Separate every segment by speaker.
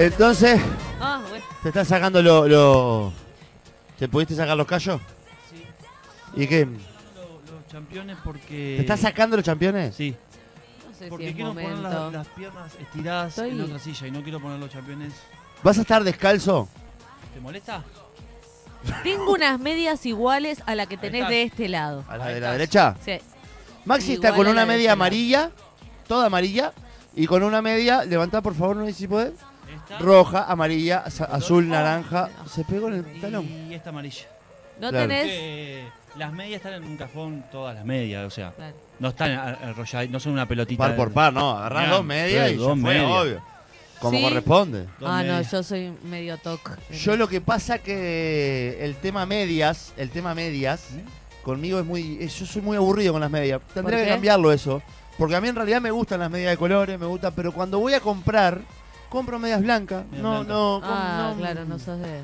Speaker 1: Entonces,
Speaker 2: Ah, bueno.
Speaker 1: ¿te estás sacando lo, lo- ¿Te pudiste sacar los callos?
Speaker 3: Sí,
Speaker 1: ¿Y qué?
Speaker 3: los, los championes porque...
Speaker 1: ¿Te estás sacando los campeones?
Speaker 3: Sí,
Speaker 2: No sé
Speaker 3: porque
Speaker 2: si es
Speaker 3: quiero poner la-
Speaker 2: momento.
Speaker 3: las piernas estiradas
Speaker 2: Estoy-
Speaker 3: en la otra silla y no quiero poner los championes.
Speaker 1: ¿Vas a estar descalzo?
Speaker 3: ¿Te molesta?
Speaker 2: Tengo unas medias iguales a la que tenés
Speaker 3: está.
Speaker 2: de este lado.
Speaker 1: ¿A la
Speaker 3: Ahí
Speaker 1: de la
Speaker 3: estás.
Speaker 1: derecha?
Speaker 2: O sea,
Speaker 1: Maxi
Speaker 2: Igual
Speaker 1: está con
Speaker 2: a la
Speaker 1: una
Speaker 2: de
Speaker 1: media
Speaker 2: Gerard.
Speaker 1: amarilla, toda amarilla, y con una media, levantá por favor, no sé si podés,
Speaker 3: Esta
Speaker 1: roja, amarilla, sa- azul,
Speaker 3: Oh.
Speaker 1: naranja. Se pegó en el talón.
Speaker 3: y esta amarilla.
Speaker 2: no
Speaker 1: Claro.
Speaker 2: tenés.
Speaker 3: Eh, las medias están en un cajón, todas las medias, o sea,
Speaker 2: Claro.
Speaker 3: no están a- arrolladas, no son una pelotita.
Speaker 1: Par por par, no, agarrás
Speaker 3: Mirá,
Speaker 1: dos medias y
Speaker 3: tres,
Speaker 1: ya
Speaker 3: dos
Speaker 1: fue,
Speaker 3: medias.
Speaker 1: obvio. Como
Speaker 2: Sí.
Speaker 1: corresponde.
Speaker 3: Dos
Speaker 2: ah, no,
Speaker 3: medias.
Speaker 2: yo soy medio toc.
Speaker 1: Yo lo que pasa que el tema medias, el tema medias,
Speaker 3: ¿Eh?
Speaker 1: conmigo es muy. eh, Yo soy muy aburrido con las medias. Tendría que
Speaker 2: qué?
Speaker 1: cambiarlo eso. Porque a mí en realidad me gustan las medias de colores, me gusta, pero cuando voy a comprar, compro medias blancas.
Speaker 3: Medias
Speaker 1: no,
Speaker 3: blancas.
Speaker 1: no, com-
Speaker 2: Ah,
Speaker 1: no,
Speaker 2: claro, no sos de. ah.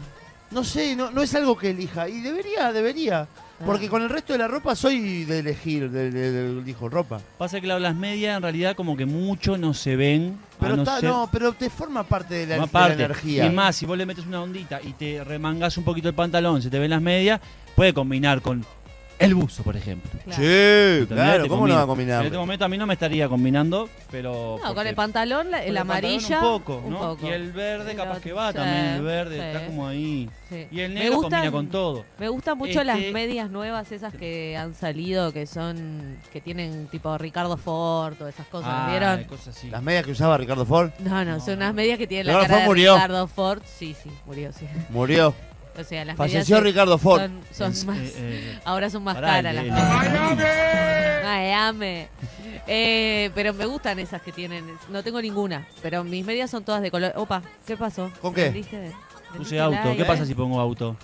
Speaker 1: no sé, no, no es algo que elija. Y debería, debería.
Speaker 3: Ah.
Speaker 1: Porque con el resto de la ropa soy de elegir, de, de- de- elijo ropa.
Speaker 3: Pasa que claro, las medias en realidad como que mucho no se ven. a
Speaker 1: Pero
Speaker 3: no
Speaker 1: está,
Speaker 3: ser-
Speaker 1: no, pero te forma parte de la, de la
Speaker 3: Más parte.
Speaker 1: energía.
Speaker 3: Y más, si vos le metes una ondita y te remangas un poquito el pantalón, se te ven las medias, puede combinar con el buzo, por ejemplo.
Speaker 2: Claro.
Speaker 1: Sí,
Speaker 3: ¿Entendés?
Speaker 1: claro,
Speaker 3: Te
Speaker 1: ¿cómo no va a
Speaker 3: combina. En este
Speaker 1: combinar?
Speaker 3: momento a mí no me estaría combinando, pero.
Speaker 2: No, con
Speaker 3: porque-
Speaker 2: el pantalón, la,
Speaker 3: con
Speaker 2: el
Speaker 3: pantalón
Speaker 2: amarilla.
Speaker 3: Un poco, ¿no? Y el verde
Speaker 2: El
Speaker 3: capaz
Speaker 2: otro.
Speaker 3: que va
Speaker 2: Sí,
Speaker 3: también, el verde,
Speaker 2: sí.
Speaker 3: está como ahí.
Speaker 2: sí.
Speaker 3: Y el
Speaker 2: Me
Speaker 3: negro
Speaker 2: gustan-
Speaker 3: combina con todo.
Speaker 2: Me gustan mucho las
Speaker 3: Este-
Speaker 2: medias nuevas, esas que han salido, que son. que tienen tipo Ricardo Ford o esas cosas,
Speaker 3: Ah,
Speaker 2: ¿vieron?
Speaker 3: cosas así.
Speaker 1: Las medias que usaba Ricardo Ford
Speaker 2: No, no,
Speaker 3: No,
Speaker 2: son
Speaker 3: no.
Speaker 2: unas medias que tienen la
Speaker 1: Ricardo
Speaker 2: cara
Speaker 1: Ford
Speaker 2: de
Speaker 1: murió.
Speaker 2: Ricardo Ford. Sí, sí, murió, sí.
Speaker 1: murió.
Speaker 2: O sea, las
Speaker 1: Falleció
Speaker 2: medias
Speaker 1: Ricardo
Speaker 2: son-
Speaker 1: Ford.
Speaker 2: son,
Speaker 3: Es-
Speaker 2: más.
Speaker 3: eh, eh,
Speaker 2: ahora son más
Speaker 3: pará,
Speaker 2: caras
Speaker 3: el-
Speaker 2: las
Speaker 3: el-
Speaker 2: medias. Miami. Eh, pero me gustan esas que tienen. No tengo ninguna, pero mis medias son todas de color. Opa, ¿qué pasó?
Speaker 1: ¿Con qué?
Speaker 2: ¿Prendiste? ¿Prendiste
Speaker 3: Puse
Speaker 2: el
Speaker 3: auto.
Speaker 2: aire?
Speaker 3: ¿Qué pasa si pongo auto?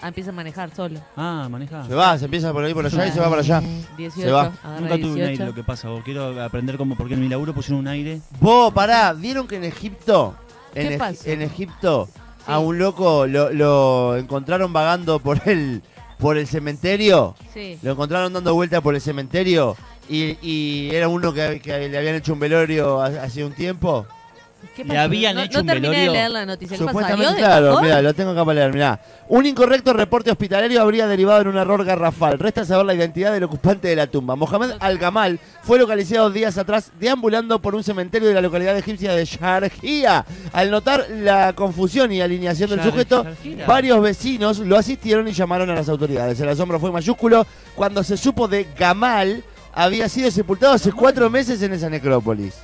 Speaker 2: Ah, empieza a manejar solo.
Speaker 3: Ah, maneja.
Speaker 1: Se va, se empieza por ahí por allá y se va para allá.
Speaker 2: 18,
Speaker 1: Se va.
Speaker 2: agarra
Speaker 3: Nunca tuve un
Speaker 2: 18.
Speaker 3: aire lo que pasa. vos. Quiero aprender cómo, porque en mi laburo pusieron un aire.
Speaker 1: Vos, pará, ¿vieron que en Egipto, en,
Speaker 2: ¿Qué
Speaker 1: Egi-
Speaker 2: pasó?
Speaker 1: en Egipto, a un loco lo, lo encontraron vagando por el, por el cementerio?
Speaker 2: Sí.
Speaker 1: Lo encontraron dando vuelta por el cementerio y, y era uno que, que le habían hecho un velorio ha- hace un tiempo.
Speaker 2: ¿Qué
Speaker 3: Le
Speaker 2: pasó?
Speaker 3: habían
Speaker 2: no,
Speaker 3: hecho
Speaker 2: no
Speaker 3: un
Speaker 2: terminé
Speaker 3: velorio.
Speaker 2: de leer la noticia. ¿Qué pasó?
Speaker 1: Supuestamente,
Speaker 2: ¿Adiós de
Speaker 1: claro,
Speaker 2: cajón?
Speaker 1: mira, lo tengo acá para leer, mirá. Un incorrecto reporte hospitalario habría derivado en un error garrafal. Resta saber la identidad del ocupante de la tumba. Mohamed Al-Gamal fue localizado días atrás deambulando por un cementerio de la localidad egipcia de Sharjah. Al notar la confusión y alineación del
Speaker 3: Sharjah.
Speaker 1: sujeto, varios vecinos lo asistieron y llamaron a las autoridades. El asombro fue mayúsculo cuando se supo de Gamal había sido sepultado hace cuatro meses en esa necrópolis.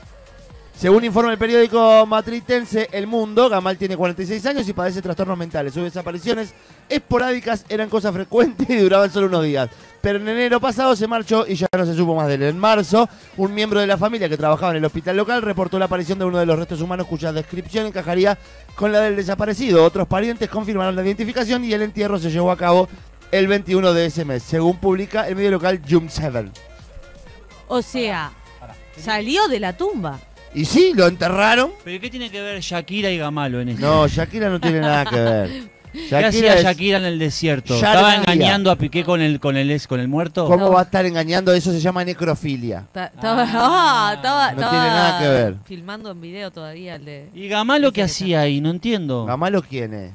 Speaker 1: Según informa el periódico matritense El Mundo, Gamal tiene 46 años y padece trastornos mentales. Sus desapariciones esporádicas eran cosa frecuente y duraban solo unos días. Pero en enero pasado se marchó y ya no se supo más de él. En marzo, un miembro de la familia que trabajaba en el hospital local reportó la aparición de uno de los restos humanos cuya descripción encajaría con la del desaparecido. Otros parientes confirmaron la identificación y el entierro se llevó a cabo el 21 de ese mes, según publica el medio local Jum 7.
Speaker 2: O sea, salió de la tumba.
Speaker 1: Y sí, lo enterraron.
Speaker 3: ¿Pero qué tiene que ver Shakira y Gamalo en esto?
Speaker 1: No, Shakira no tiene nada que ver.
Speaker 3: ¿Qué
Speaker 1: Shakira
Speaker 3: hacía
Speaker 1: es-
Speaker 3: Shakira en el desierto?
Speaker 1: Shakira.
Speaker 3: ¿Estaba engañando a Piqué con el, con el, ex- con el muerto?
Speaker 1: ¿Cómo
Speaker 2: No.
Speaker 1: va a estar engañando? Eso se llama necrofilia.
Speaker 2: Ta- Estaba, ah, estaba,
Speaker 1: No
Speaker 2: estaba
Speaker 1: tiene nada que ver.
Speaker 2: Filmando en video todavía el de.
Speaker 3: ¿Y Gamalo qué
Speaker 2: Dice que
Speaker 3: hacía ahí? No entiendo.
Speaker 1: ¿Gamalo quién es?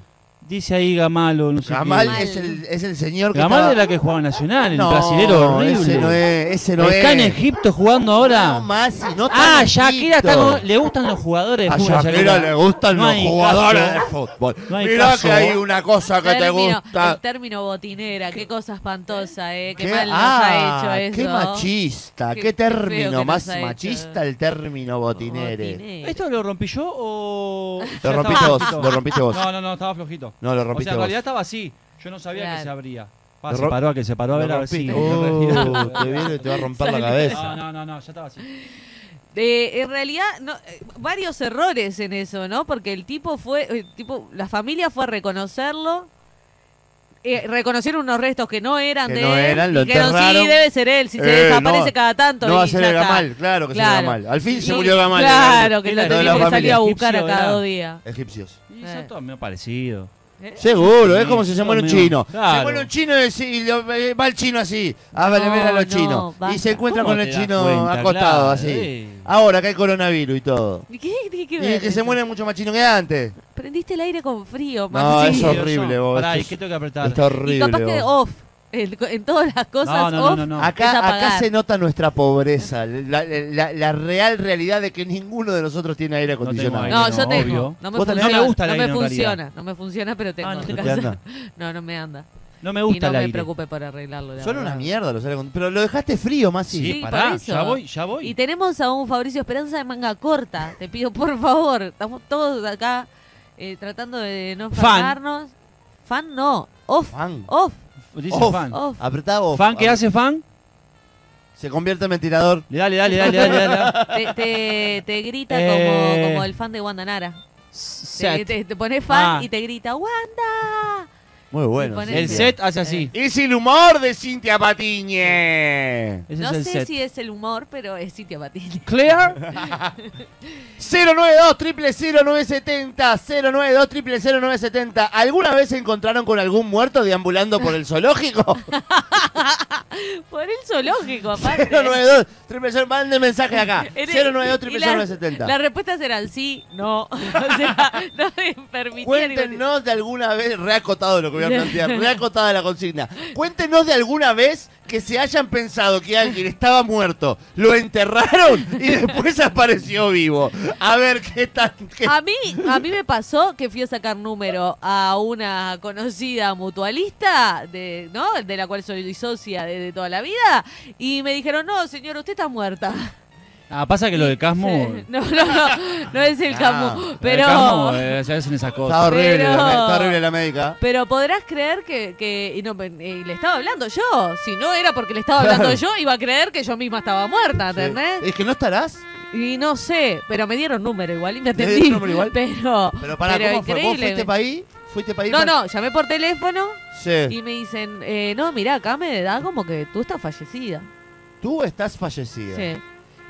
Speaker 3: Dice ahí Gamalo, no sé
Speaker 1: Gamal
Speaker 2: quién.
Speaker 1: es el, es el señor
Speaker 3: qué.
Speaker 1: que
Speaker 3: Gamalo
Speaker 1: estaba-
Speaker 3: era la que jugaba Nacional, el
Speaker 1: No,
Speaker 3: brasilero horrible.
Speaker 1: Ese no es, ese no
Speaker 3: ¿Está en
Speaker 1: es.
Speaker 3: Egipto jugando ahora?
Speaker 1: No, Masi, no está
Speaker 3: ah,
Speaker 1: en
Speaker 3: Shakira
Speaker 1: Egipto.
Speaker 3: está con- le gustan los jugadores. de
Speaker 1: A
Speaker 3: fútbol,
Speaker 1: Shakira le gustan
Speaker 3: No
Speaker 1: los
Speaker 3: hay
Speaker 1: jugadores
Speaker 3: caso.
Speaker 1: de fútbol.
Speaker 3: No hay
Speaker 1: Mirá
Speaker 3: caso.
Speaker 1: que hay una cosa que te
Speaker 2: Término-
Speaker 1: gusta.
Speaker 2: El término botinera, qué cosa espantosa, eh. Qué,
Speaker 1: Qué-
Speaker 2: mal nos
Speaker 1: ah,
Speaker 2: ha hecho eso.
Speaker 1: qué machista, qué,
Speaker 2: Qué- qué feo que
Speaker 1: término
Speaker 2: nos
Speaker 1: más
Speaker 2: ha hecho.
Speaker 1: machista el término botinere.
Speaker 2: Botinere.
Speaker 3: ¿Esto lo rompí yo o.?
Speaker 1: Lo
Speaker 3: Ya
Speaker 1: rompiste
Speaker 3: estaba
Speaker 1: vos,
Speaker 3: flojito?
Speaker 1: lo rompiste vos.
Speaker 3: No, no, no, estaba flojito.
Speaker 1: No, lo
Speaker 3: O sea,
Speaker 1: rompiste
Speaker 3: en
Speaker 1: vos.
Speaker 3: realidad estaba así. Yo no sabía
Speaker 2: Claro.
Speaker 3: que se abría. Pa,
Speaker 1: Lo
Speaker 3: se
Speaker 1: ro-
Speaker 3: paró a que se paró a
Speaker 1: Lo
Speaker 3: ver a ver si.
Speaker 1: rompiste. Uh, te viene y te va a romper la cabeza.
Speaker 3: No, no, no, no, ya estaba así.
Speaker 2: Eh, en realidad, no, eh, varios errores en eso, ¿no? Porque el tipo fue, el tipo, la familia fue a reconocerlo. eh, reconocieron unos restos que no eran
Speaker 1: Que
Speaker 2: de
Speaker 1: no
Speaker 2: él.
Speaker 1: eran, lo
Speaker 2: y dijeron,
Speaker 1: enterraron.
Speaker 2: sí, debe ser él, si se
Speaker 1: Eh,
Speaker 2: desaparece
Speaker 1: no,
Speaker 2: cada tanto.
Speaker 1: No va a
Speaker 2: y
Speaker 1: ser
Speaker 2: ya
Speaker 1: el
Speaker 2: está.
Speaker 1: Gamal, claro que se
Speaker 2: Claro.
Speaker 1: murió Gamal. Al fin se
Speaker 2: Y-
Speaker 1: murió Gamal.
Speaker 2: Claro, que
Speaker 3: Él
Speaker 2: lo
Speaker 3: era de
Speaker 2: tenía
Speaker 3: la
Speaker 2: que salir
Speaker 3: familia.
Speaker 2: a buscar a
Speaker 3: Egipcio
Speaker 2: cada
Speaker 3: era.
Speaker 2: día.
Speaker 1: Egipcios.
Speaker 3: Y
Speaker 2: Eh.
Speaker 3: ya todo me ha parecido.
Speaker 2: ¿eh?
Speaker 1: Seguro, es
Speaker 3: Sí,
Speaker 1: como si se muere un
Speaker 3: Dios mío,
Speaker 1: chino. Se
Speaker 3: claro.
Speaker 1: muere un chino y, se- y lo- eh, va el chino así, a ver,
Speaker 2: No,
Speaker 1: ver a los
Speaker 2: no,
Speaker 1: chinos. Y
Speaker 2: basta.
Speaker 1: se encuentra
Speaker 3: ¿Cómo
Speaker 1: con el
Speaker 3: te das
Speaker 1: chino
Speaker 3: cuenta?
Speaker 1: acostado
Speaker 3: Claro,
Speaker 1: así.
Speaker 3: eh.
Speaker 1: Ahora que hay coronavirus y todo.
Speaker 2: ¿Y ¿Qué tiene que
Speaker 1: Y
Speaker 2: ver?
Speaker 1: es que se
Speaker 2: eso?
Speaker 1: muere mucho más chino que antes.
Speaker 2: Prendiste el aire con frío,
Speaker 1: No, Ah,
Speaker 2: Maxi.
Speaker 1: es
Speaker 3: Dios,
Speaker 1: horrible, vos,
Speaker 3: Pará,
Speaker 1: esto
Speaker 3: ¿y
Speaker 1: es-
Speaker 3: qué tengo que apretar?
Speaker 1: Está
Speaker 2: y
Speaker 1: horrible.
Speaker 2: capaz que oh,
Speaker 1: vos.
Speaker 2: off. En, en todas las
Speaker 3: no,
Speaker 2: cosas
Speaker 3: no, no,
Speaker 2: off.
Speaker 3: no, no.
Speaker 2: es
Speaker 1: Acá,
Speaker 2: apagar.
Speaker 1: acá se nota nuestra pobreza, la, la- la real realidad de que ninguno de nosotros tiene aire
Speaker 3: tengo
Speaker 1: acondicionado.
Speaker 3: aire.
Speaker 2: No,
Speaker 3: No,
Speaker 2: yo tengo.
Speaker 3: obvio.
Speaker 2: No me
Speaker 1: Vos
Speaker 2: funciona.
Speaker 1: tenés-
Speaker 3: No me gusta el
Speaker 2: no
Speaker 3: aire
Speaker 2: me
Speaker 3: en realidad.
Speaker 2: funciona. No me funciona, pero tengo.
Speaker 3: Ah, no
Speaker 2: en
Speaker 3: te
Speaker 1: ¿No
Speaker 2: casa.
Speaker 1: te anda?
Speaker 2: no, no me anda.
Speaker 3: No me
Speaker 2: Y
Speaker 3: gusta
Speaker 2: no
Speaker 3: el
Speaker 2: me
Speaker 3: aire.
Speaker 2: preocupe por arreglarlo. la
Speaker 1: Son una
Speaker 2: verdad.
Speaker 1: mierda los aire acondicionados. Pero lo dejaste frío, más
Speaker 3: Sí,
Speaker 2: Sí,
Speaker 3: pará,
Speaker 2: por eso.
Speaker 3: ya voy, ya voy.
Speaker 2: Y tenemos a un Fabricio Esperanza de manga corta. Te pido, por favor. Estamos todos acá eh, tratando de no
Speaker 3: Fan.
Speaker 2: enfermarnos. Fan. no. Off.
Speaker 1: Fan.
Speaker 2: Off.
Speaker 3: Dice
Speaker 1: Off.
Speaker 3: fan.
Speaker 2: Off.
Speaker 1: Apretá vos.
Speaker 3: Fan que hace fan,
Speaker 1: Se convierte en ventilador.
Speaker 3: le da, le da, le da, le da, le da.
Speaker 2: Te, te- te grita
Speaker 3: Eh.
Speaker 2: como, como el fan de Wanda Nara. Te,
Speaker 3: Set.
Speaker 2: te, te pones fan
Speaker 3: Ah.
Speaker 2: y te grita ¡Wanda!
Speaker 1: Muy
Speaker 2: Y
Speaker 1: bueno.
Speaker 2: pones-
Speaker 1: Cintia.
Speaker 3: El set hace
Speaker 2: Eh,
Speaker 3: así.
Speaker 1: Es el humor de Cintia Patiñe.
Speaker 3: Ese
Speaker 2: no
Speaker 3: es el
Speaker 2: sé
Speaker 3: set.
Speaker 2: si es el humor, pero es Cintia Patini.
Speaker 3: Clear.
Speaker 1: 092 triple 0970 092 triple 0970 ¿Alguna vez se encontraron con algún muerto deambulando por el zoológico?
Speaker 2: Por el zoológico, aparte.
Speaker 1: 092 triple 0970 manden mensaje acá.
Speaker 2: Era-
Speaker 1: 092
Speaker 2: y
Speaker 1: triple
Speaker 2: la-
Speaker 1: 0970
Speaker 2: Las respuestas eran sí, no. O sea, no me permitían.
Speaker 1: Cuéntenos de alguna vez, reacotado lo que voy a plantear, reacotada la consigna. Cuéntenos de alguna vez que se hayan pensado que alguien estaba muerto, lo enterraron y después apareció vivo. A ver qué tan. qué-
Speaker 2: A mí, a mí me pasó que fui a sacar número a una conocida mutualista, de, ¿no? De la cual soy socia desde toda la vida, y me dijeron, no, señora, usted está muerta.
Speaker 3: Ah, pasa que lo de Casmo.
Speaker 2: No, no, no, no es el
Speaker 1: Ah,
Speaker 2: Camus, pero...
Speaker 3: Casmo, eh, se hacen esas
Speaker 1: Está
Speaker 3: cosas.
Speaker 1: horrible,
Speaker 2: Pero-
Speaker 1: la, me- está horrible la médica.
Speaker 2: Pero podrás creer que, que- y, no, y le estaba hablando yo. Si no era porque le estaba hablando yo, iba a creer que yo misma estaba muerta, ¿entendés?
Speaker 1: Es que no estarás.
Speaker 2: Y no sé, pero me dieron número igual y me
Speaker 1: dieron
Speaker 2: atendí.
Speaker 1: número igual?
Speaker 2: Pero,
Speaker 1: Pero para
Speaker 2: pero
Speaker 1: ¿cómo fue? ¿Vos
Speaker 2: increíble.
Speaker 1: fuiste para ahí? ¿Fuiste para ahí?
Speaker 2: No,
Speaker 1: pa-
Speaker 2: no, llamé por teléfono
Speaker 1: Sí.
Speaker 2: y me dicen, eh, no, mirá, acá me da como que tú estás fallecida.
Speaker 1: Tú estás fallecida.
Speaker 2: Sí.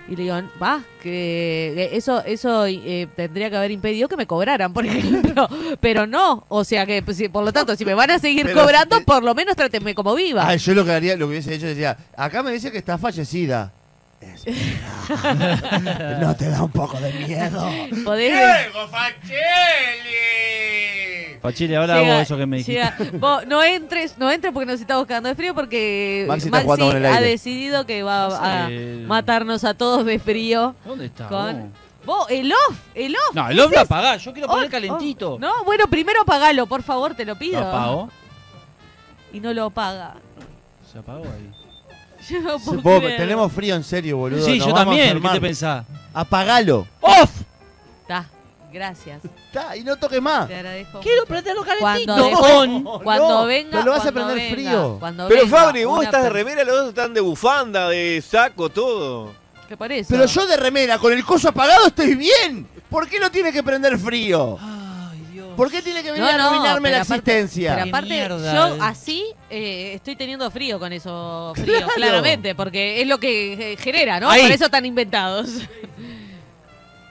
Speaker 2: Y le digo, va, que que eso eso eh, tendría que haber impedido que me cobraran, por ejemplo. Pero no, o sea que, pues, si- por lo tanto, si me van a seguir
Speaker 1: Pero- Ah,
Speaker 2: cobrando, por lo menos trátenme como viva.
Speaker 1: Ay, yo lo que haría, lo que hubiese hecho decía, acá me dice que estás fallecida. Espera. no te da un poco de miedo.
Speaker 2: Podés-
Speaker 1: Fachelli!
Speaker 3: Pachile, ahora
Speaker 2: Llega-
Speaker 3: vos eso que me dijiste.
Speaker 2: llega- vos no entres, no entres porque nos estamos cagando de frío porque
Speaker 1: Maxi
Speaker 2: Maxi,
Speaker 1: está jugando con el
Speaker 2: ha
Speaker 1: aire.
Speaker 2: decidido que va a
Speaker 3: El-
Speaker 2: matarnos a todos de frío
Speaker 3: ¿Dónde está?
Speaker 2: con
Speaker 3: vos?
Speaker 2: vos, el off, el off.
Speaker 3: No, el hombre apagá, yo quiero poner
Speaker 2: off,
Speaker 3: calentito.
Speaker 2: off. Oh, No, bueno, primero apagalo, por favor, te lo
Speaker 3: ¿Lo
Speaker 2: pido.
Speaker 3: apagó?
Speaker 2: Y no lo apaga.
Speaker 3: Se apagó ahí.
Speaker 2: Yo no puedo
Speaker 1: Vos,
Speaker 2: creer.
Speaker 1: tenemos frío en serio, boludo.
Speaker 3: Sí,
Speaker 1: nos
Speaker 3: yo
Speaker 1: vamos a
Speaker 3: también. ¿Qué
Speaker 1: enfermar.
Speaker 3: te pensás?
Speaker 1: Apagalo.
Speaker 3: ¡Off!
Speaker 2: Está, gracias.
Speaker 1: Ta, y no toques más.
Speaker 2: Te agradezco.
Speaker 3: Quiero
Speaker 2: mucho.
Speaker 3: prenderlo
Speaker 2: Cuando
Speaker 3: calentito.
Speaker 2: dejo-
Speaker 3: Con.
Speaker 2: Cuando
Speaker 1: no,
Speaker 2: venga.
Speaker 1: pero lo vas a
Speaker 2: cuando
Speaker 1: prender
Speaker 2: venga,
Speaker 1: frío.
Speaker 2: cuando
Speaker 4: Pero
Speaker 2: venga
Speaker 4: Fabri, vos
Speaker 2: una
Speaker 4: estás de
Speaker 2: per-
Speaker 4: remera, los otros están de bufanda, de saco, todo.
Speaker 2: ¿Qué por eso?
Speaker 1: Pero yo de remera, con el coso apagado estoy bien. ¿Por qué no tiene que prender frío?
Speaker 3: Ay, Dios.
Speaker 1: ¿Por qué tiene que venir
Speaker 2: No, no,
Speaker 1: a arruinarme
Speaker 2: pero
Speaker 1: la
Speaker 2: aparte-
Speaker 1: existencia?
Speaker 2: Pero
Speaker 3: Qué
Speaker 2: aparte,
Speaker 3: mierda,
Speaker 2: yo
Speaker 3: eh.
Speaker 2: así eh, estoy teniendo frío con eso frío,
Speaker 1: Claro.
Speaker 2: claramente, porque es lo que eh, genera, ¿no?
Speaker 3: Ahí.
Speaker 2: Por eso están inventados.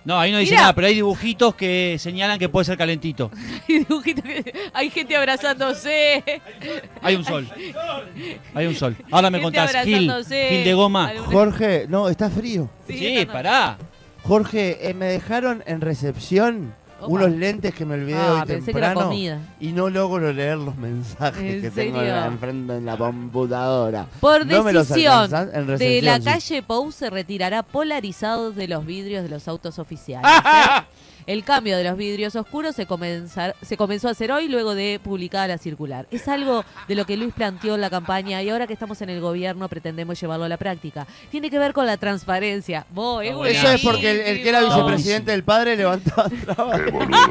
Speaker 3: No, ahí no dice
Speaker 2: Mirá.
Speaker 3: nada, pero hay dibujitos que señalan que puede ser calentito.
Speaker 2: Hay dibujitos que- hay gente abrazándose.
Speaker 3: Hay un sol. Hay un sol. Ahora me
Speaker 2: Gente
Speaker 3: contás, Gil.
Speaker 2: abrazándose.
Speaker 3: Gil de goma.
Speaker 2: Alguna-
Speaker 1: Jorge, no, está frío.
Speaker 2: Sí,
Speaker 3: Sí,
Speaker 2: están-
Speaker 3: pará.
Speaker 1: Jorge, eh, me dejaron en recepción
Speaker 2: Opa.
Speaker 1: unos lentes que me olvidé
Speaker 2: Ah,
Speaker 1: hoy
Speaker 2: pensé que era
Speaker 1: temprano
Speaker 2: comida.
Speaker 1: y no logro leer los mensajes
Speaker 2: ¿En
Speaker 1: que tengo
Speaker 2: serio?
Speaker 1: enfrente en la computadora.
Speaker 2: Por
Speaker 1: No me los
Speaker 2: decisión
Speaker 1: alcanzás en
Speaker 2: de
Speaker 1: recepción,
Speaker 2: la
Speaker 1: sí.
Speaker 2: calle Pou se retirará polarizados de los vidrios de los autos oficiales. El cambio de los vidrios oscuros se, comenzar- se comenzó a hacer hoy luego de publicada la circular. Es algo de lo que Luis planteó en la campaña y ahora que estamos en el gobierno pretendemos llevarlo a la práctica. Tiene que ver con la transparencia. Vos, es
Speaker 3: Eso
Speaker 1: Eso es
Speaker 2: buenísimo.
Speaker 1: porque el, el que era vicepresidente del padre levantaba trabas.
Speaker 2: No,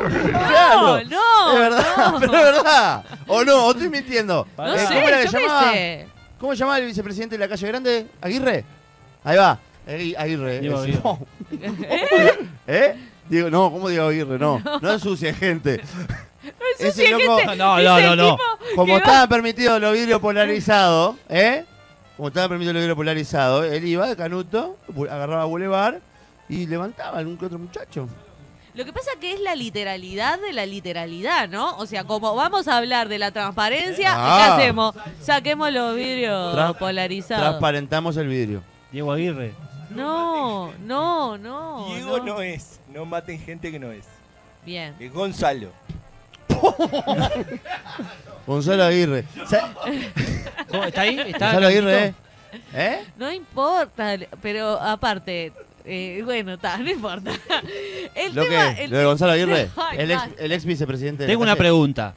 Speaker 1: Claro.
Speaker 2: no.
Speaker 1: es verdad,
Speaker 2: no.
Speaker 1: pero es verdad. O no, o estoy mintiendo.
Speaker 2: No
Speaker 1: Eh,
Speaker 2: sé,
Speaker 1: ¿Cómo era que
Speaker 2: yo qué
Speaker 1: llamaba?
Speaker 2: sé.
Speaker 1: ¿Cómo llamaba el vicepresidente de la calle grande? ¿Aguirre? Ahí va. Agui- Aguirre.
Speaker 3: Diego
Speaker 1: ese.
Speaker 3: Aguirre.
Speaker 1: No. ¿Eh? Digo, no, ¿cómo digo Aguirre? No, no ensucia gente.
Speaker 2: Eso sí,
Speaker 1: Ese loco,
Speaker 2: gente-
Speaker 3: No,
Speaker 2: ese
Speaker 3: no, no, no.
Speaker 2: tipo
Speaker 1: como
Speaker 2: que va-
Speaker 1: estaban permitidos los vidrios polarizados, ¿eh? Como estaban permitidos los vidrios polarizados, él iba de canuto, bu- agarraba Boulevard y levantaba a algún que otro muchacho.
Speaker 2: Lo que pasa que es la literalidad de la literalidad, ¿no? O sea, como vamos a hablar de la transparencia,
Speaker 1: Ah.
Speaker 2: ¿qué hacemos? Saquemos los vidrios
Speaker 1: Tran-
Speaker 2: polarizados.
Speaker 1: Transparentamos el vidrio.
Speaker 3: Diego Aguirre.
Speaker 2: No, no, no.
Speaker 5: Diego
Speaker 2: no.
Speaker 5: no es. No maten gente que no es.
Speaker 2: Bien.
Speaker 5: Es Gonzalo.
Speaker 1: Gonzalo Aguirre. Sa-
Speaker 3: ¿Cómo- ¿Está ahí? ¿Está
Speaker 1: Gonzalo Aguirre, ¿eh?
Speaker 3: Blanquito?
Speaker 1: ¿Eh?
Speaker 2: No importa, pero aparte, eh, bueno, ta, no importa. El
Speaker 1: ¿Lo
Speaker 2: tema,
Speaker 1: que?
Speaker 2: el
Speaker 1: ¿Lo de
Speaker 2: te-
Speaker 1: Gonzalo Aguirre?
Speaker 2: Ay,
Speaker 1: El ex,
Speaker 2: basta.
Speaker 1: el ex vicepresidente. de
Speaker 3: Tengo
Speaker 1: la
Speaker 3: una
Speaker 1: calle.
Speaker 3: pregunta.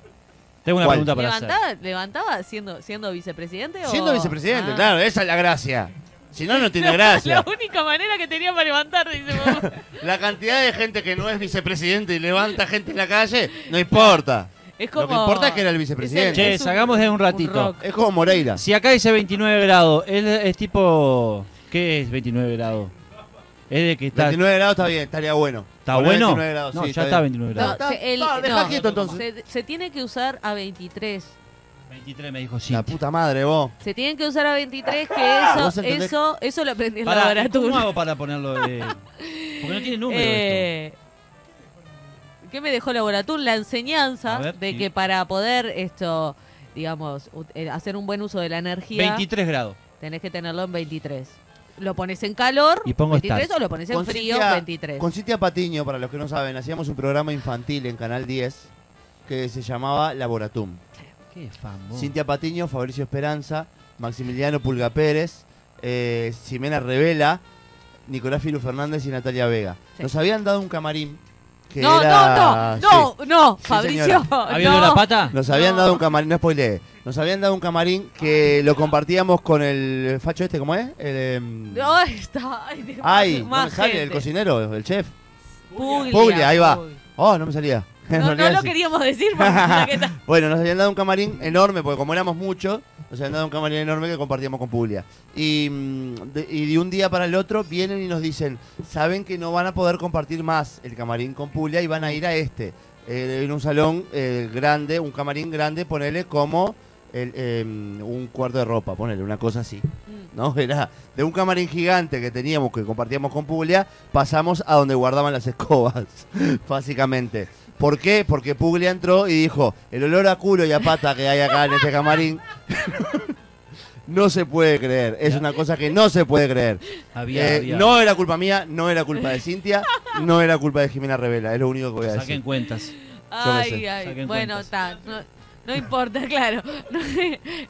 Speaker 3: Tengo una
Speaker 1: ¿Cuál?
Speaker 3: pregunta para hacer.
Speaker 2: ¿Levantaba, levantaba siendo, siendo vicepresidente o...?
Speaker 1: Siendo vicepresidente,
Speaker 2: Ah.
Speaker 1: claro, esa es la gracia. Si no, no tiene
Speaker 2: La
Speaker 1: gracia.
Speaker 2: única manera que tenía para levantar, dice mamá.
Speaker 1: La cantidad de gente que no es vicepresidente y levanta gente en la calle, no importa.
Speaker 2: Es como...
Speaker 1: Lo que importa es que era el
Speaker 2: Es
Speaker 1: vicepresidente.
Speaker 2: el-
Speaker 3: Che,
Speaker 2: es un-
Speaker 3: sacamos de un
Speaker 2: un
Speaker 3: ratito.
Speaker 2: rock.
Speaker 1: Es como Moreira.
Speaker 3: Si acá dice 29 grados, él es tipo. ¿Qué es 29 grados? Es de que está.
Speaker 1: 29 grados está bien, estaría bueno.
Speaker 3: ¿Está
Speaker 1: Poner
Speaker 3: bueno?
Speaker 1: 29 grados,
Speaker 3: no,
Speaker 1: sí,
Speaker 3: ya está
Speaker 1: bien.
Speaker 3: 29
Speaker 2: No,
Speaker 3: grados.
Speaker 1: Está-
Speaker 2: se- el-
Speaker 1: está- dejá
Speaker 2: no,
Speaker 1: quieto, entonces.
Speaker 2: Se, se tiene que usar a 23.
Speaker 3: 23 me dijo sí.
Speaker 1: La puta madre, vos.
Speaker 2: Se tienen que usar a 23, que
Speaker 1: Ah, ¿Vos
Speaker 2: eso,
Speaker 1: entendés?
Speaker 2: eso, eso lo aprendí en la
Speaker 3: Pará, ¿y ¿Cómo
Speaker 2: laboratorio.
Speaker 3: hago para ponerlo de.? Porque no tiene número esto.
Speaker 2: Eh, ¿Qué me dejó Laboratum? La enseñanza
Speaker 3: A ver,
Speaker 2: de
Speaker 3: sí.
Speaker 2: que para poder esto, digamos, ut- eh, hacer un buen uso de la energía,
Speaker 3: 23 grados.
Speaker 2: tenés que tenerlo en 23. Lo pones en calor,
Speaker 3: Y pongo
Speaker 2: 23,
Speaker 3: start.
Speaker 2: o lo pones en frío,
Speaker 1: Cintia-
Speaker 2: 23.
Speaker 1: Con Cintia Patiño, para los que no saben, hacíamos un programa infantil en Canal 10 que se llamaba Laboratum.
Speaker 3: Qué fan, vos.
Speaker 1: Cintia Patiño, Fabricio Esperanza, Maximiliano Pulga Pérez, eh, Ximena Revela, Nicolás Filu Fernández y Natalia Vega.
Speaker 2: Sí.
Speaker 1: Nos habían dado un camarín que
Speaker 2: No,
Speaker 1: era...
Speaker 2: no, no, no, no,
Speaker 1: Sí,
Speaker 2: Fabricio,
Speaker 1: señora.
Speaker 3: ¿Había
Speaker 2: no.
Speaker 3: Ah, la pata?
Speaker 1: Sí. Nos habían
Speaker 2: No.
Speaker 1: dado un camarín, no spoileé. Nos habían dado un camarín que lo compartíamos con el facho este, ¿cómo es? El, em,
Speaker 2: No, está. Ay, de-
Speaker 1: Ay, no
Speaker 2: más
Speaker 1: me sale el
Speaker 2: gente.
Speaker 1: cocinero, el chef.
Speaker 2: Puglia,
Speaker 1: Puglia, ahí va.
Speaker 2: Puglia.
Speaker 1: Oh, no me salía. En
Speaker 2: No, no
Speaker 1: realidad
Speaker 2: lo
Speaker 1: sí.
Speaker 2: queríamos decir porque la que está-
Speaker 1: Bueno, nos habían dado un camarín enorme, porque como éramos muchos, nos habían dado un camarín enorme que compartíamos con Puglia. Y, mm, de, y de un día para el otro vienen y nos dicen, saben que no van a poder compartir más el camarín con Puglia y van a ir a este. Eh, en un salón eh, grande, un camarín grande, ponele como el, em, un cuarto de ropa, ponele, una cosa así.
Speaker 2: Mm.
Speaker 1: ¿no? Era de un camarín gigante que teníamos, que compartíamos con Puglia, pasamos a donde guardaban las escobas, básicamente. ¿Por qué? Porque Puglia entró y dijo, el olor a culo y a pata que hay acá en este camarín, no se puede creer, es una cosa que no se puede creer.
Speaker 3: Había,
Speaker 1: Eh,
Speaker 3: había.
Speaker 1: No era culpa mía, no era culpa de Cintia, no era culpa de Jimena Revela, es lo único que voy a
Speaker 3: Saquen
Speaker 1: decir.
Speaker 3: cuentas.
Speaker 2: Ay,
Speaker 1: sé.
Speaker 2: ay,
Speaker 3: Saquen
Speaker 2: bueno,
Speaker 3: cuentas.
Speaker 2: está. No, no importa, claro. No,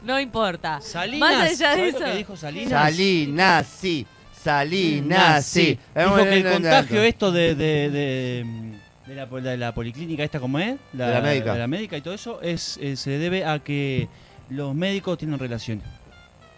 Speaker 2: no importa.
Speaker 3: Salinas.
Speaker 2: Más allá de
Speaker 3: ¿sabés
Speaker 2: eso.
Speaker 3: Lo que dijo Salinas?
Speaker 1: Salinas, sí, Salinas, sí. Eh,
Speaker 3: Dijo que el contagio esto de, de, de, mm, de la, pol- de la policlínica esta como es,
Speaker 1: De la médica.
Speaker 3: de la médica y todo eso, es, eh, se debe a que los médicos tienen relaciones.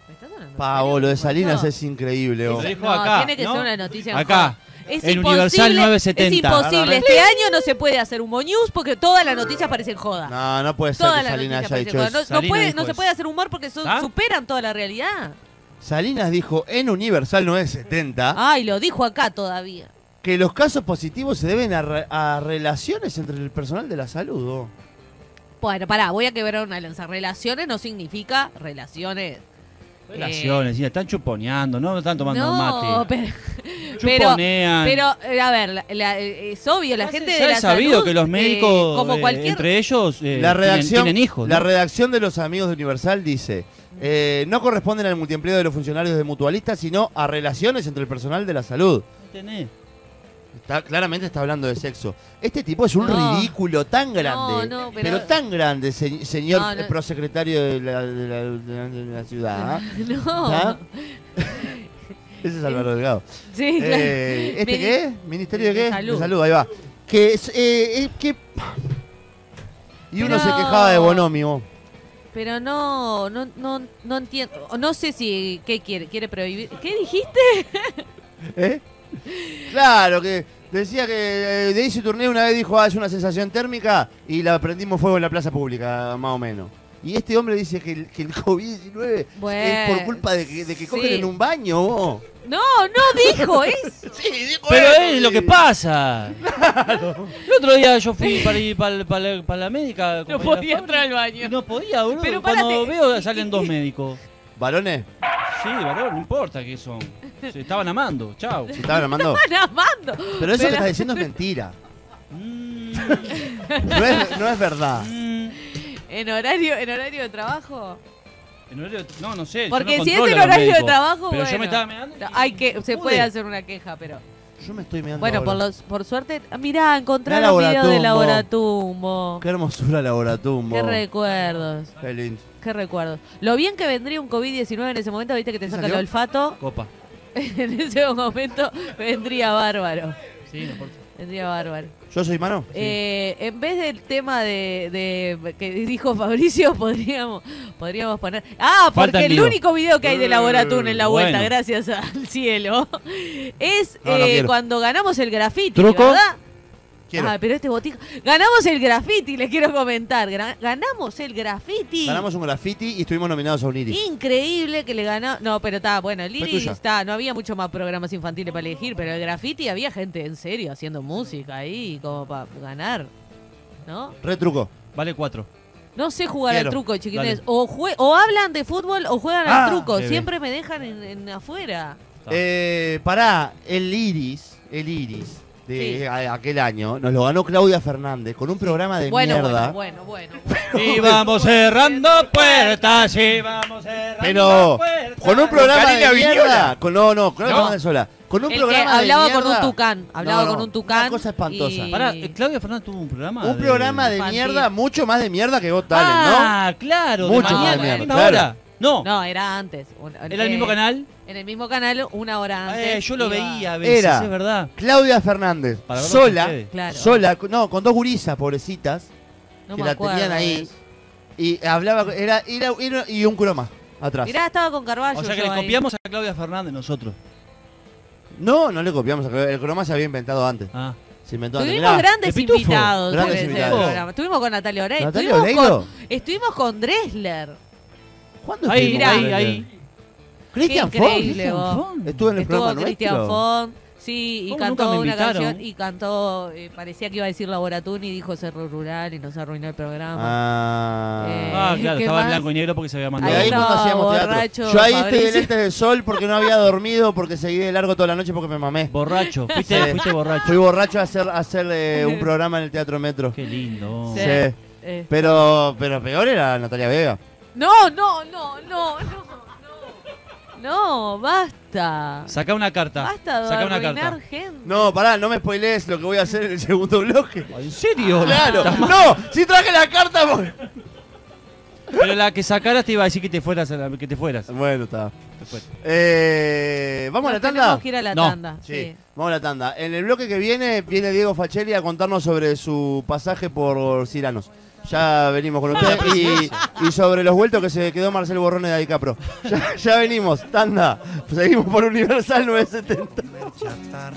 Speaker 2: ¿Me estás hablando en
Speaker 1: Pavo, lo de
Speaker 2: serio?
Speaker 1: Salinas es increíble. vos.
Speaker 3: Lo dijo
Speaker 2: No,
Speaker 3: acá,
Speaker 2: tiene que
Speaker 3: ¿no?
Speaker 2: ser una noticia.
Speaker 3: Acá.
Speaker 2: Es
Speaker 3: en
Speaker 2: imposible-
Speaker 3: Universal 970.
Speaker 2: Es imposible. Este año no se puede hacer humo news porque todas las noticias parecen joda.
Speaker 1: No, no puede ser
Speaker 2: todas
Speaker 1: que
Speaker 2: las
Speaker 1: Salinas
Speaker 2: noticias
Speaker 1: haya
Speaker 2: parecen
Speaker 1: dicho
Speaker 2: joda.
Speaker 1: eso.
Speaker 2: No,
Speaker 3: Salinas
Speaker 2: no puede,
Speaker 3: dijo
Speaker 2: no se
Speaker 3: eso.
Speaker 2: puede hacer humor porque son-
Speaker 3: ¿Ah?
Speaker 2: superan toda la realidad.
Speaker 1: Salinas dijo en Universal 970
Speaker 2: Ay, lo dijo acá todavía.
Speaker 1: que los casos positivos se deben a, re- a relaciones entre el personal de la salud. vos.
Speaker 2: Bueno, pará, voy a quebrar una lanza. Relaciones no significa relaciones. Eh,
Speaker 3: Relaciones, y están chuponeando, no están tomando
Speaker 2: No,
Speaker 3: mate.
Speaker 2: pero, pero,
Speaker 3: Chuponean.
Speaker 2: pero, eh, a ver, la- la- eh, es obvio, la
Speaker 3: Ya
Speaker 2: gente
Speaker 3: se-
Speaker 2: de
Speaker 3: ya
Speaker 2: la
Speaker 3: es sabido
Speaker 2: salud,
Speaker 3: que los
Speaker 2: eh,
Speaker 3: médicos,
Speaker 2: como
Speaker 3: eh,
Speaker 2: cualquier
Speaker 3: entre ellos, eh,
Speaker 1: la
Speaker 3: tienen-
Speaker 1: redacción,
Speaker 3: tienen, hijos.
Speaker 1: la
Speaker 3: ¿no?
Speaker 1: redacción de los amigos de Universal dice, eh, no corresponden al multiempleo de los funcionarios de mutualistas, sino a relaciones entre el personal de la salud.
Speaker 3: Tenés.
Speaker 1: Está- claramente está hablando de sexo. Este tipo es un
Speaker 2: No.
Speaker 1: ridículo tan grande,
Speaker 2: No, no,
Speaker 1: pero...
Speaker 2: pero-
Speaker 1: tan grande, se- señor
Speaker 2: No, no.
Speaker 1: eh, prosecretario de la, de la- de la- de la ciudad. ¿ah?
Speaker 2: No.
Speaker 1: ¿Ah? Ese es Álvaro Delgado.
Speaker 2: Sí, claro.
Speaker 1: Eh, ¿Este
Speaker 2: Mini-
Speaker 1: qué? ¿Ministerio de
Speaker 2: de
Speaker 1: qué?
Speaker 2: Salud.
Speaker 1: De salud, ahí va. Que es, eh, eh, que- Y uno
Speaker 2: Pero-
Speaker 1: se quejaba de Bonomi, vos.
Speaker 2: Pero no, no, no, no entiendo. O No sé si qué quiere, quiere prohibir. ¿Qué dijiste?
Speaker 1: ¿Eh? Claro, que decía que eh, Daisy Tourné una vez dijo, ah, es una sensación térmica y la prendimos fuego en la plaza pública, más o menos. Y este hombre dice que el, que el COVID-19 es
Speaker 2: Bueno,
Speaker 1: por culpa de que, de que
Speaker 2: sí.
Speaker 1: cogen en un baño, vos.
Speaker 2: No, no dijo eso.
Speaker 1: Sí, dijo
Speaker 3: Pero
Speaker 1: eso,
Speaker 3: es lo que
Speaker 1: sí.
Speaker 3: pasa. El otro día yo fui para, ir para, para- para la médica.
Speaker 2: No
Speaker 3: compañera
Speaker 2: podía
Speaker 3: Fabri,
Speaker 2: entrar al
Speaker 3: y
Speaker 2: baño.
Speaker 3: No podía, boludo.
Speaker 2: Pero
Speaker 3: Cuando
Speaker 2: parate.
Speaker 3: veo salen dos médicos.
Speaker 1: Varones,
Speaker 3: Sí, valor, no importa que son. Se estaban amando, chao.
Speaker 1: se estaban armando.
Speaker 2: Estaban amando.
Speaker 1: Pero eso que
Speaker 2: Pero-
Speaker 1: estás diciendo es mentira.
Speaker 3: Mm,
Speaker 1: No es, no es verdad.
Speaker 3: mm.
Speaker 2: ¿En horario, en horario de trabajo?
Speaker 3: En horario- no, no sé. yo
Speaker 2: Porque
Speaker 3: no
Speaker 2: si es
Speaker 3: controlo
Speaker 2: en
Speaker 3: a los
Speaker 2: horario de
Speaker 3: médicos.
Speaker 2: trabajo,
Speaker 3: Pero yo
Speaker 2: bueno.
Speaker 3: me estaba meando. y-
Speaker 2: No, Hay que, se puede
Speaker 1: Uy.
Speaker 2: hacer una queja, pero...
Speaker 1: Yo me estoy meando.
Speaker 2: Bueno, por,
Speaker 1: ahora.
Speaker 2: los, por suerte, ah, mirá, encontrar
Speaker 1: Mirá
Speaker 2: los videos de
Speaker 1: Laboratumbo.
Speaker 2: Laboratumbo.
Speaker 1: Qué hermosura laboratumbo.
Speaker 2: Qué recuerdos,
Speaker 1: Qué lindo.
Speaker 2: qué recuerdos. Lo bien que vendría un COVID-19 en ese momento, viste que te
Speaker 1: ¿Te
Speaker 2: saca
Speaker 1: salió?
Speaker 2: el olfato.
Speaker 3: Copa.
Speaker 2: en ese momento vendría bárbaro.
Speaker 3: Sí, no importa.
Speaker 2: Vendría bárbaro.
Speaker 1: ¿Yo soy mano?
Speaker 2: Eh, en vez del tema de, de- que dijo Fabricio, podríamos podríamos poner. Ah,
Speaker 3: Falta
Speaker 2: porque el
Speaker 3: en vivo.
Speaker 2: único video que hay de Laboratum en la
Speaker 3: Bueno.
Speaker 2: vuelta, gracias al cielo, es
Speaker 1: No, no
Speaker 2: eh,
Speaker 1: quiero.
Speaker 2: cuando ganamos el graffiti,
Speaker 1: ¿Truco?
Speaker 2: ¿verdad?
Speaker 1: Quiero.
Speaker 2: Ah, pero este botijo. Ganamos el graffiti, les quiero comentar. Gra- Ganamos el graffiti.
Speaker 1: Ganamos un graffiti y estuvimos nominados a un iris.
Speaker 2: Increíble que le ganó. No, pero está, bueno, el
Speaker 1: Fue
Speaker 2: Iris
Speaker 1: tuya.
Speaker 2: está, no había mucho más programas infantiles para elegir, pero el graffiti había gente en serio haciendo música ahí, como para ganar. ¿No?
Speaker 1: Retruco.
Speaker 3: Vale cuatro.
Speaker 2: No sé jugar
Speaker 1: Quiero.
Speaker 2: al truco, chiquines.
Speaker 3: Dale.
Speaker 2: O, jue- o hablan de fútbol o juegan
Speaker 1: Ah,
Speaker 2: al truco.
Speaker 3: bebé.
Speaker 2: Siempre me dejan en, en afuera.
Speaker 3: Está.
Speaker 1: Eh, pará, el iris, el iris de
Speaker 2: Sí.
Speaker 1: a- aquel año, nos lo ganó Claudia Fernández con un programa de
Speaker 2: Bueno,
Speaker 1: mierda.
Speaker 2: bueno, bueno, bueno, bueno.
Speaker 3: Y vamos cerrando puertas, y vamos cerrando
Speaker 1: Pero
Speaker 3: puertas.
Speaker 1: con un programa
Speaker 4: Karina
Speaker 1: de
Speaker 4: Viñola.
Speaker 1: mierda. Con, no, no, con
Speaker 3: No.
Speaker 1: no. sola. Con un
Speaker 2: El que
Speaker 1: programa de
Speaker 2: hablaba con
Speaker 1: mierda-
Speaker 2: un tucán, hablaba
Speaker 1: No, no,
Speaker 2: con un tucán.
Speaker 1: Una cosa espantosa.
Speaker 2: y-
Speaker 3: Pará, eh, Claudia Fernández tuvo un programa.
Speaker 1: Un programa de
Speaker 2: Infantil.
Speaker 1: mierda mucho más de mierda que vos, Talen,
Speaker 3: Ah, claro.
Speaker 1: Mucho
Speaker 3: de
Speaker 2: más de
Speaker 3: mañana, a la
Speaker 1: mierda,
Speaker 3: misma
Speaker 1: claro.
Speaker 3: hora. No,
Speaker 2: No, era antes. Un-
Speaker 3: era el mismo
Speaker 2: eh,
Speaker 3: canal.
Speaker 2: En el mismo canal, una hora antes.
Speaker 3: Eh, yo lo
Speaker 2: iba-
Speaker 3: veía a veces,
Speaker 1: Era.
Speaker 3: es verdad.
Speaker 1: ¿no? Claudia Fernández,
Speaker 3: Para verlo con
Speaker 1: sola,
Speaker 3: ustedes.
Speaker 2: Claro.
Speaker 1: sola, no, con dos gurisas, pobrecitas,
Speaker 2: No
Speaker 1: que
Speaker 2: me
Speaker 1: la
Speaker 2: acuerdo
Speaker 1: tenían
Speaker 2: de
Speaker 1: ahí.
Speaker 2: eso.
Speaker 1: Y hablaba, era, era, era- y un croma atrás.
Speaker 2: Mirá, estaba con Carballo.
Speaker 3: O sea que
Speaker 2: Ah, yo
Speaker 3: le
Speaker 2: ahí.
Speaker 3: copiamos a Claudia Fernández nosotros.
Speaker 1: No, no le copiamos, el croma se había inventado antes.
Speaker 3: Ah.
Speaker 1: Se inventó antes.
Speaker 2: Tuvimos
Speaker 1: Mirá,
Speaker 2: grandes
Speaker 3: de Pitufo.
Speaker 2: invitados
Speaker 1: Grandes
Speaker 2: en ese
Speaker 1: invitados.
Speaker 2: programa. Estuvimos con Natalia Oreiro.
Speaker 1: ¿Natalia
Speaker 2: estuvimos,
Speaker 1: Oreiro?
Speaker 2: Con, estuvimos con Dressler.
Speaker 1: ¿Cuándo
Speaker 3: Ahí,
Speaker 1: estuvimos
Speaker 3: ahí,
Speaker 1: con él?
Speaker 3: ahí.
Speaker 1: Cristian
Speaker 2: Qué
Speaker 1: Fon.
Speaker 2: increíble,
Speaker 1: Cristian
Speaker 2: vos.
Speaker 1: Fon. Estuvo en el
Speaker 2: Estuvo
Speaker 1: programa
Speaker 2: Cristian
Speaker 1: nuestro.
Speaker 2: Font. Sí, y
Speaker 3: ¿Cómo nunca
Speaker 2: cantó
Speaker 3: me
Speaker 2: una
Speaker 3: invitaron?
Speaker 2: canción y cantó, eh, parecía que iba a decir Laboratún y dijo Cerro Rural y nos arruinó el programa.
Speaker 1: Ah.
Speaker 2: Eh,
Speaker 3: Ah, claro,
Speaker 2: ¿Qué
Speaker 3: estaba en
Speaker 2: más?
Speaker 3: blanco y negro porque se había
Speaker 1: Y
Speaker 3: mandado.
Speaker 1: ahí
Speaker 2: Ahí
Speaker 1: cuando
Speaker 2: estaba
Speaker 1: hacíamos teatro.
Speaker 2: borracho
Speaker 1: Yo ahí estoy
Speaker 2: Fabricio.
Speaker 1: del este del sol porque no había dormido, porque seguí de largo toda la noche porque me mamé.
Speaker 3: Borracho, fuiste,
Speaker 1: Sí.
Speaker 3: fuiste borracho.
Speaker 1: Fui borracho a hacer, a hacer eh, un programa en el Teatro Metro.
Speaker 3: Qué lindo.
Speaker 2: Sí.
Speaker 1: Sí.
Speaker 2: Eh,
Speaker 1: Pero, pero peor era Natalia Vega.
Speaker 2: No, no, no, no, no, no. No, basta.
Speaker 3: Sacá una carta.
Speaker 2: Basta de
Speaker 3: Sacá una
Speaker 2: arruinar
Speaker 3: carta.
Speaker 2: gente.
Speaker 1: No, pará, no me spoilees lo que voy a hacer en el segundo bloque.
Speaker 3: ¿En serio?
Speaker 1: Claro, no, si traje la carta. voy-
Speaker 3: Pero la que sacaras te iba a decir que te fueras. a la- Que te fueras.
Speaker 1: Bueno, está.
Speaker 3: Te fueras.
Speaker 1: Eh, Vamos a la
Speaker 2: Nos
Speaker 1: tanda.
Speaker 2: Tenemos que ir a la
Speaker 3: No.
Speaker 2: tanda.
Speaker 1: Sí,
Speaker 2: sí.
Speaker 1: vamos a la tanda. En el bloque que viene, viene Diego Facelli a contarnos sobre su pasaje por Ciranos. Ya venimos con usted. Y, y sobre los vueltos que se quedó Marcel Borrone de Adicapro. Ya, ya venimos, tanda. Seguimos por Universal 970.